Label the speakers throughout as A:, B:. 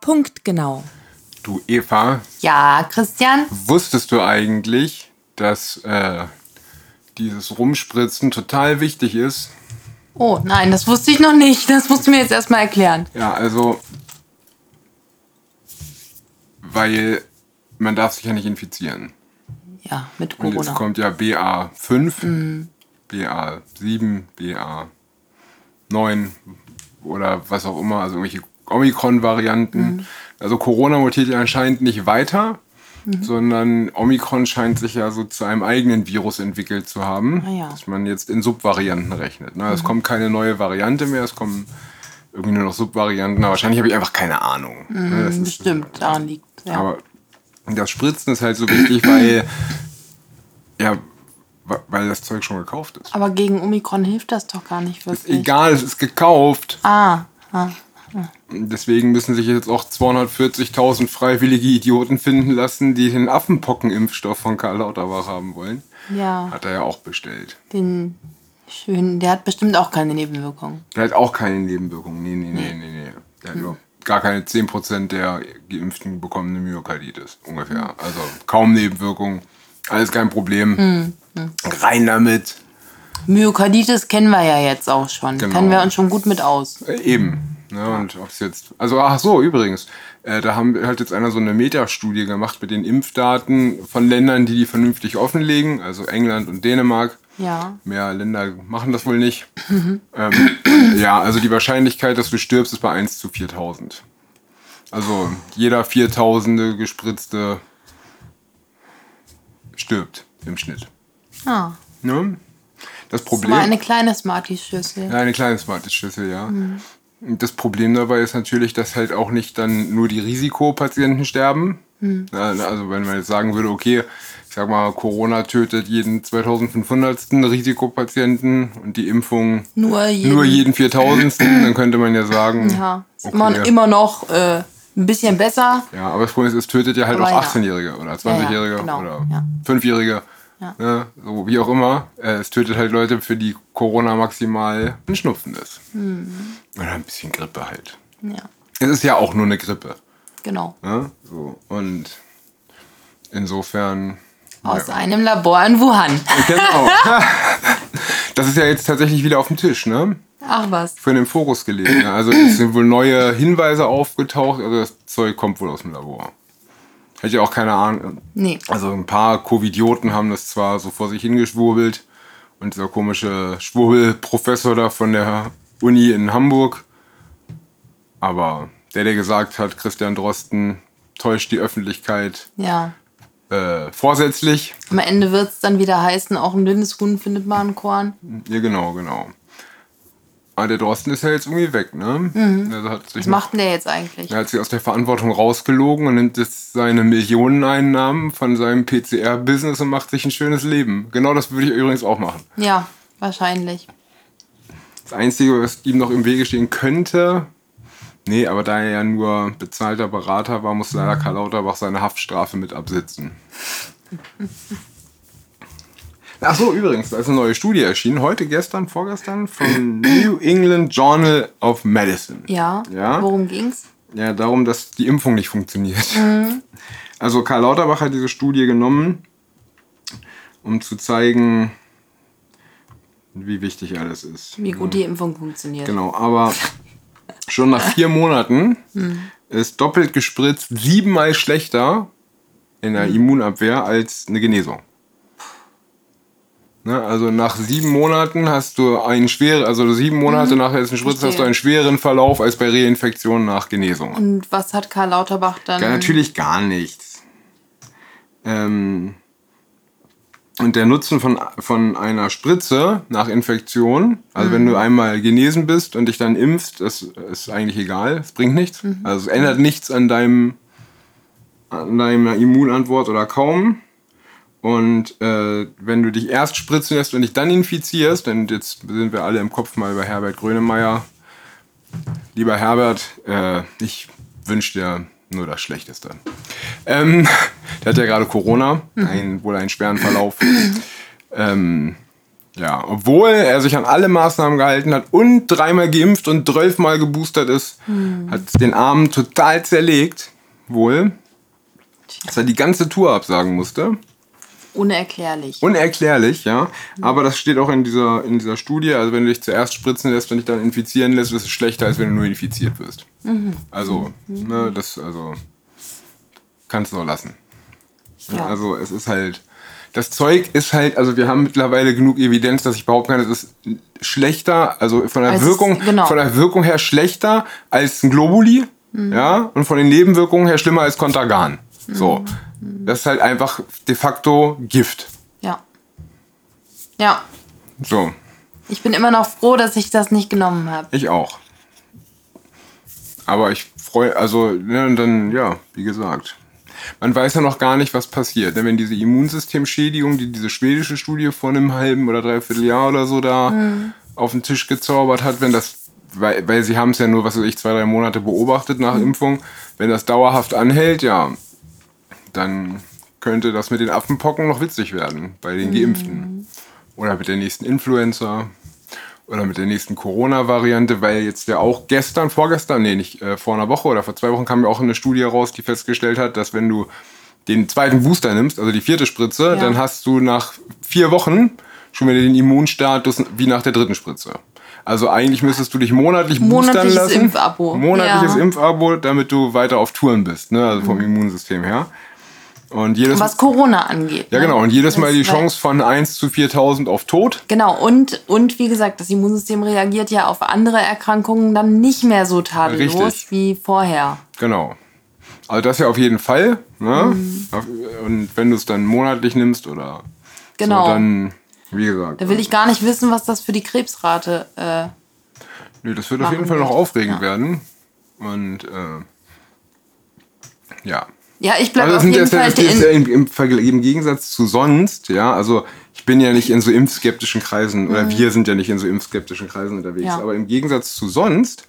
A: Punktgenau.
B: Du Eva,
A: Ja, Christian?
B: wusstest du eigentlich, dass äh, dieses Rumspritzen total wichtig ist?
A: Oh, nein, das wusste ich noch nicht. Das musst du mir jetzt erstmal erklären.
B: Ja, also, weil man darf sich ja nicht infizieren.
A: Ja, mit
B: Und jetzt
A: Corona. Mhm.
B: kommt ja BA5, BA7, BA9 oder was auch immer, also irgendwelche Omikron-Varianten.
A: Mhm.
B: Also Corona mutiert ja anscheinend nicht weiter,
A: Mhm.
B: sondern Omikron scheint sich ja so zu einem eigenen Virus entwickelt zu haben,
A: Ah ja. Mhm.
B: dass man jetzt in Subvarianten rechnet. Ne? Es kommt keine neue Variante mehr, es kommen irgendwie nur noch Subvarianten, aber wahrscheinlich habe ich einfach keine Ahnung. Ne,
A: Mhm.
B: das ist-
A: Bestimmt, daran liegt. Ja.
B: aber das Spritzen ist halt so wichtig, weil ja, wa- weil das Zeug schon gekauft ist.
A: Aber gegen Omikron hilft das doch gar nicht wirklich.
B: Egal, es ist gekauft.
A: Ah, ah.
B: Deswegen müssen sich jetzt auch 240.000 freiwillige Idioten finden lassen, die den Affenpockenimpfstoff von Karl Lauterbach haben wollen.
A: ja,
B: Hat er ja auch bestellt.
A: den schönen. Der hat bestimmt auch keine Nebenwirkungen.
B: Der hat auch keine Nebenwirkungen. Nee, nee, nee, nee, nee. Der hat überhaupt gar keine 10% der Geimpften bekommen eine Myokarditis. Ungefähr.
A: Mhm.
B: Also kaum Nebenwirkungen. Alles kein Problem.
A: Mhm.
B: Rein damit.
A: Myokarditis kennen wir ja jetzt auch schon.
B: Genau.
A: Kennen wir uns schon gut mit aus.
B: Äh, Eben. Ne, und ob es jetzt. Also, ach so, übrigens. Äh, da haben halt jetzt einer so eine Metastudie gemacht mit den Impfdaten von Ländern, die die vernünftig offenlegen. Also England und Dänemark.
A: Ja.
B: Mehr Länder machen das wohl nicht. ähm, ja, also die Wahrscheinlichkeit, dass du stirbst, ist bei 1 zu 4000. Also jeder 4000 gespritzte stirbt im Schnitt.
A: Ah,
B: Ne?
A: das
B: Das Problem.
A: war eine kleine Smarties-Schüssel.
B: Ja, eine kleine smarte Schüssel, ja.
A: Mhm.
B: Und Das Problem dabei ist natürlich, dass halt auch nicht dann nur die Risikopatienten sterben.
A: Mhm.
B: Na, na, Also wenn man jetzt sagen würde, okay, ich sag mal, Corona tötet jeden 2500. Risikopatienten und die Impfung
A: Nur jeden.
B: nur jeden 4000. dann könnte man ja sagen,
A: Ja, ist
B: okay.
A: immer, immer noch äh, ein bisschen besser.
B: Ja, aber das Problem ist, es tötet ja halt
A: Aber
B: auch
A: ja.
B: 18-Jährige oder 20-Jährige
A: genau,
B: oder
A: ja.
B: 5-Jährige.
A: Ja.
B: Ne, so wie auch immer. Äh, Es tötet halt Leute, für die Corona maximal ein Schnupfen ist.
A: Hm.
B: Oder ein bisschen Grippe halt.
A: Ja,
B: Es ist ja auch nur eine Grippe.
A: genau.
B: Ne? So. Und insofern.
A: Aus einem Labor in Wuhan.
B: Genau. das ist ja jetzt tatsächlich wieder auf dem Tisch, ne?
A: Ach was.
B: Für den Fokus gelegen. Ne? Also es sind wohl neue Hinweise aufgetaucht, also das Zeug kommt wohl aus dem Labor. Hätte ja auch keine Ahnung.
A: Nee.
B: Also ein paar Covidioten haben das zwar so vor sich hingeschwurbelt und dieser komische Schwurbelprofessor da von der Uni in Hamburg. Aber der, der gesagt hat, Christian Drosten täuscht die Öffentlichkeit
A: Ja.
B: äh, vorsätzlich.
A: Am Ende wird es dann wieder heißen, auch ein blindes Huhn findet man einen Korn.
B: Ja, genau, genau. Aber der Drosten ist ja jetzt irgendwie weg, ne? Also hat sich
A: Was macht denn der jetzt eigentlich?
B: Er hat sich aus der Verantwortung rausgelogen und nimmt jetzt seine Millioneneinnahmen von seinem PCR-Business und macht sich ein schönes Leben. Genau das würde ich übrigens auch machen.
A: Ja, wahrscheinlich.
B: Das Einzige, was ihm noch im Wege stehen könnte, nee, aber da er ja nur bezahlter Berater war, musste leider Karl Lauterbach seine Haftstrafe mit absitzen. Ach so, übrigens, da ist eine neue Studie erschienen, heute, gestern, vorgestern, vom New England Journal of Medicine.
A: Ja.
B: Ja?
A: Worum ging's?
B: Ja, darum, dass die Impfung nicht funktioniert.
A: Mhm.
B: Also Karl Lauterbach hat diese Studie genommen, um zu zeigen, wie wichtig alles ist.
A: Wie gut die Impfung funktioniert.
B: Mhm. Genau, aber schon nach vier Monaten
A: Mhm.
B: ist doppelt gespritzt siebenmal schlechter in der
A: Mhm.
B: Immunabwehr als eine Genesung. Ne, also nach sieben Monaten hast du einen schweren, also sieben Monate nach der ersten Spritze hast du
A: Mhm. verstehe.
B: einen schweren Verlauf als bei Reinfektionen nach Genesung.
A: Und was hat Karl Lauterbach dann?
B: Ja, natürlich gar nichts. Ähm, und der Nutzen von, von einer Spritze nach Infektion, also wenn du einmal genesen bist und dich dann impfst, das ist eigentlich egal, es bringt nichts. Also es ändert nichts an, deinem, an deiner Immunantwort oder kaum. Und äh, wenn du dich erst spritzen lässt und dich dann infizierst, und jetzt sind wir alle im Kopf mal bei Herbert Grönemeyer, Lieber Herbert, äh, ich wünsche dir nur das Schlechteste. Ähm, der hat ja gerade Corona, ein, wohl einen schweren Verlauf. ähm, Ja, obwohl er sich an alle Maßnahmen gehalten hat und dreimal geimpft und zwölfmal geboostert ist, hat den Armen total zerlegt. Wohl, dass er die ganze Tour absagen musste.
A: Unerklärlich.
B: Unerklärlich, ja.
A: Mhm.
B: Aber das steht auch in dieser, in dieser Studie. Also, wenn du dich zuerst spritzen lässt und dich dann infizieren lässt, ist es schlechter, als wenn du nur infiziert wirst.
A: Mhm.
B: Also, ne, das, also, kannst du auch lassen.
A: Ja.
B: Also, es ist halt, das Zeug ist halt, also, wir haben mittlerweile genug Evidenz, dass ich behaupten kann, es ist schlechter, also von der,
A: Als-
B: Wirkung,
A: genau.
B: von der Wirkung her schlechter als ein Globuli,
A: Mhm.
B: ja, und von den Nebenwirkungen her schlimmer als Contagan. So.
A: Mhm.
B: Das ist halt einfach de facto Gift.
A: Ja. Ja.
B: So,
A: Ich bin immer noch froh, dass ich das nicht genommen habe.
B: ich auch. Aber ich freue, also, ne, und dann, ja, wie gesagt. Man weiß ja noch gar nicht, was passiert. Denn wenn diese Immunsystemschädigung, die diese schwedische Studie vor einem halben oder dreiviertel Jahr oder so da auf den Tisch gezaubert hat, wenn das, weil, weil sie haben es ja nur, was weiß ich, zwei, drei Monate beobachtet nach Impfung, wenn das dauerhaft anhält, ja, dann könnte das mit den Affenpocken noch witzig werden bei den Geimpften.
A: Mhm.
B: Oder mit der nächsten Influencer oder mit der nächsten Corona-Variante, weil jetzt ja auch gestern, vorgestern, nee, nicht äh, vor einer Woche oder vor zwei Wochen kam ja auch eine Studie raus, die festgestellt hat, dass wenn du den zweiten Booster nimmst, also die vierte Spritze,
A: Ja.
B: dann hast du nach vier Wochen schon wieder den Immunstatus wie nach der dritten Spritze. Also eigentlich müsstest du dich monatlich boostern
A: Monatliches
B: lassen.
A: Impfabo.
B: Monatliches
A: Ja. Mhm.
B: Impfabo, damit du weiter auf Touren bist, ne? also vom Immunsystem her. Und jedes
A: Was Corona angeht.
B: ja,
A: ne?
B: genau. Und jedes Mal
A: Das-
B: die Chance von 1 zu 4000 auf Tod.
A: Genau, und, und wie gesagt, das Immunsystem reagiert ja auf andere Erkrankungen dann nicht mehr so tadellos
B: Richtig.
A: wie vorher.
B: Genau. Also das ja auf jeden Fall. Ne?
A: Mhm.
B: Auf- Und wenn du es dann monatlich nimmst oder
A: Genau.
B: so, dann, wie gesagt.
A: Da will ich gar nicht wissen, was das für die Krebsrate. Äh,
B: nee, das wird auf jeden
A: machen
B: Fall noch
A: wird.
B: aufregend
A: Ja.
B: werden. Und äh, ja.
A: ja, ich bleibe
B: Also das
A: auf
B: sind
A: jeden
B: jetzt ja,
A: Fall
B: das ist
A: in,
B: ja im, im, Vergl- im Gegensatz zu sonst, ja, also ich bin ja nicht in so impfskeptischen Kreisen oder wir sind ja nicht in so impfskeptischen Kreisen unterwegs,
A: Mhm. Ja.
B: aber im Gegensatz zu sonst,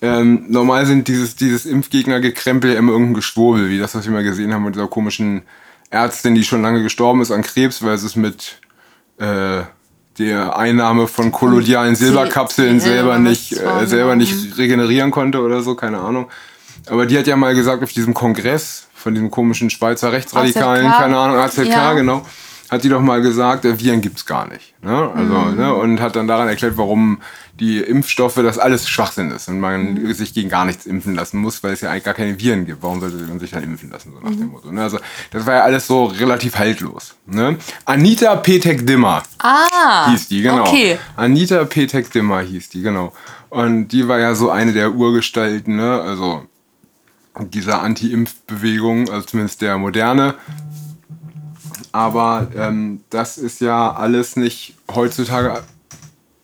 B: ähm, normal sind dieses, dieses Impfgegner-Gekrempel ja immer irgendein Geschwurbel, wie das, was wir mal gesehen haben mit dieser komischen Ärztin, die schon lange gestorben ist an Krebs, weil sie es mit äh, der Einnahme von kolodialen
A: Sie-
B: Silberkapseln
A: sie-
B: selber
A: ja,
B: nicht,
A: das
B: äh,
A: war-
B: selber nicht regenerieren konnte oder so, keine Ahnung. Aber die hat ja mal gesagt, auf diesem Kongress von diesem komischen Schweizer Rechtsradikalen,
A: AZK.
B: keine Ahnung, AZK,
A: Ja.
B: genau, hat die doch mal gesagt, äh, Viren gibt's gar nicht. Ne? Also, ne? Und hat dann daran erklärt, warum die Impfstoffe, das alles Schwachsinn ist und man sich gegen gar nichts impfen lassen muss, weil es ja eigentlich gar keine Viren gibt. Warum sollte man sich dann impfen lassen, so nach dem Motto. Ne? Also, das war ja alles so relativ haltlos. Ne? Anita Petek-Dimmer
A: ah,
B: hieß die, genau.
A: Okay.
B: Anita Petek Dimmer hieß die, genau. Und die war ja so eine der Urgestalten, ne? Also dieser Anti-Impf-Bewegung, also zumindest der moderne. Aber ähm, das ist ja alles nicht heutzutage.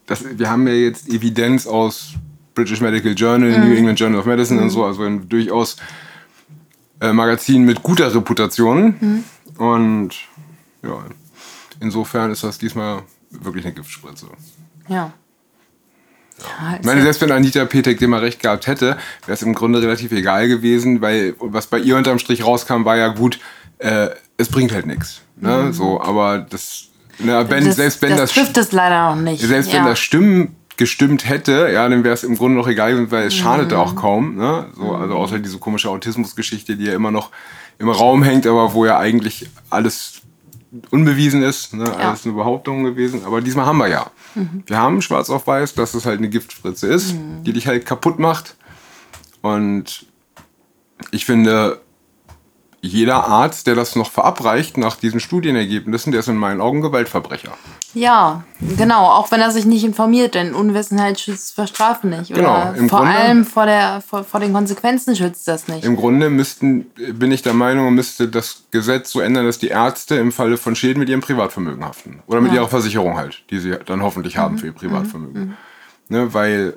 B: Das, wir haben ja jetzt Evidenz aus British Medical Journal, New England Journal of Medicine und so, also ein durchaus äh, Magazin mit guter Reputation. Und ja, insofern ist das diesmal wirklich eine Giftspritze.
A: Ja. Ja,
B: Ich meine, selbst wenn Anita Petek dem mal recht gehabt hätte, wäre es im Grunde relativ egal gewesen, weil was bei ihr unterm Strich rauskam, war ja gut, äh, es bringt halt nichts. Ne? So, aber das, ne, wenn,
A: Mhm. das,
B: selbst wenn
A: das,
B: das,
A: trifft es leider noch nicht.
B: selbst
A: ja.
B: wenn das Stimmen gestimmt hätte, ja, dann wäre es im Grunde noch egal gewesen, weil es schadet auch kaum. Ne? So, also außer diese komische Autismusgeschichte, die ja immer noch im Raum hängt, aber wo ja eigentlich alles unbewiesen ist, ne? alles eine Behauptung gewesen. Aber diesmal haben wir ja. Wir haben schwarz auf weiß, dass es halt eine Giftspritze ist, die dich halt kaputt macht. Und ich finde, jeder Arzt, der das noch verabreicht nach diesen Studienergebnissen, der ist in meinen Augen Gewaltverbrecher.
A: Ja, genau. Auch wenn er sich nicht informiert, denn Unwissenheit schützt vor Strafen nicht. Oder
B: Genau, im
A: vor
B: Grunde-
A: allem vor, der, vor, vor den Konsequenzen schützt das nicht.
B: Im Grunde müssten, bin ich der Meinung, müsste das Gesetz so ändern, dass die Ärzte im Falle von Schäden mit ihrem Privatvermögen haften. Oder mit ihrer Versicherung halt, die sie dann hoffentlich
A: Mhm.
B: haben für ihr Privatvermögen. Ne, weil,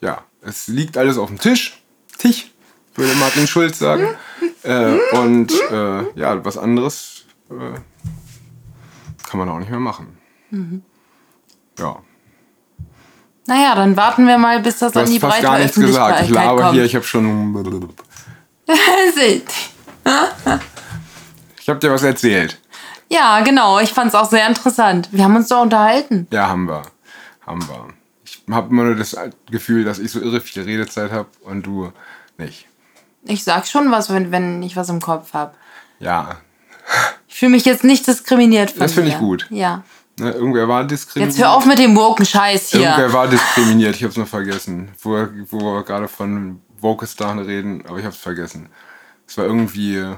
B: äh, ja, es liegt alles auf dem Tisch. Tisch, würde Martin Schulz sagen. äh, und äh, ja, was anderes äh, kann man auch nicht mehr machen.
A: Mhm.
B: Ja.
A: Naja, dann warten wir mal, bis das
B: Du
A: an die
B: hast fast
A: breite
B: gar nichts gesagt.
A: Öffentlichkeit
B: Ich laber
A: kommt.
B: hier, ich habe schon.
A: Seht.
B: Ich habe dir was erzählt.
A: Ja, genau. Ich fand es auch sehr interessant. Wir haben uns doch unterhalten.
B: Ja, haben wir. Haben wir. Ich habe immer nur das Gefühl, dass ich so irre viel Redezeit habe und du nicht.
A: Ich sag schon was, wenn, wenn ich was im Kopf habe.
B: Ja.
A: Ich fühle mich jetzt nicht diskriminiert von
B: Das finde ich
A: dir.
B: gut.
A: Ja.
B: Ne, irgendwer war diskriminiert.
A: Jetzt hör auf mit dem Burkenscheiß hier.
B: Irgendwer war diskriminiert, ich hab's nur vergessen. Wo, wo wir gerade von Wokistan reden, aber ich hab's vergessen. Es war irgendwie äh,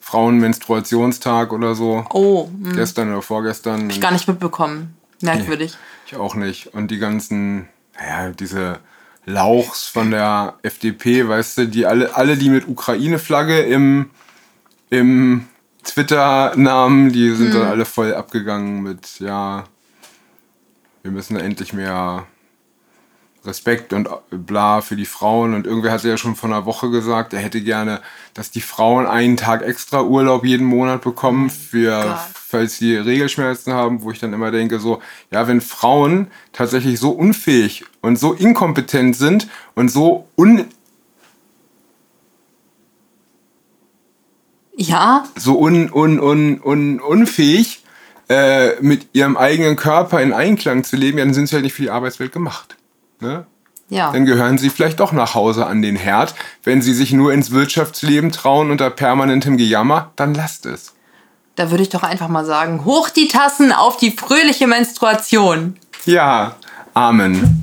B: Frauenmenstruationstag oder so.
A: Oh, hm,
B: Gestern oder vorgestern.
A: gar nicht mitbekommen. Merkwürdig.
B: Ich auch nicht. Und die ganzen, naja, diese Lauchs von der FDP, weißt du, die alle, alle die mit Ukraine-Flagge im, im Twitter-Namen, die sind dann alle voll abgegangen mit, ja, wir müssen da endlich mehr Respekt und bla für die Frauen. Und irgendwer hatte ja schon vor einer Woche gesagt, er hätte gerne, dass die Frauen einen Tag extra Urlaub jeden Monat bekommen, für,
A: Gott.
B: falls sie Regelschmerzen haben, wo ich dann immer denke, so, ja, wenn Frauen tatsächlich so unfähig und so inkompetent sind und so un,
A: Ja,
B: so un, un, un, un, unfähig äh, mit ihrem eigenen Körper in Einklang zu leben, ja, dann sind sie halt nicht für die Arbeitswelt gemacht. Ne?
A: ja.
B: dann gehören sie vielleicht doch nach Hause an den Herd. Wenn sie sich nur ins Wirtschaftsleben trauen unter permanentem Gejammer, dann lasst es.
A: Da würde ich doch einfach mal sagen, hoch die Tassen auf die fröhliche Menstruation.
B: Ja, Amen.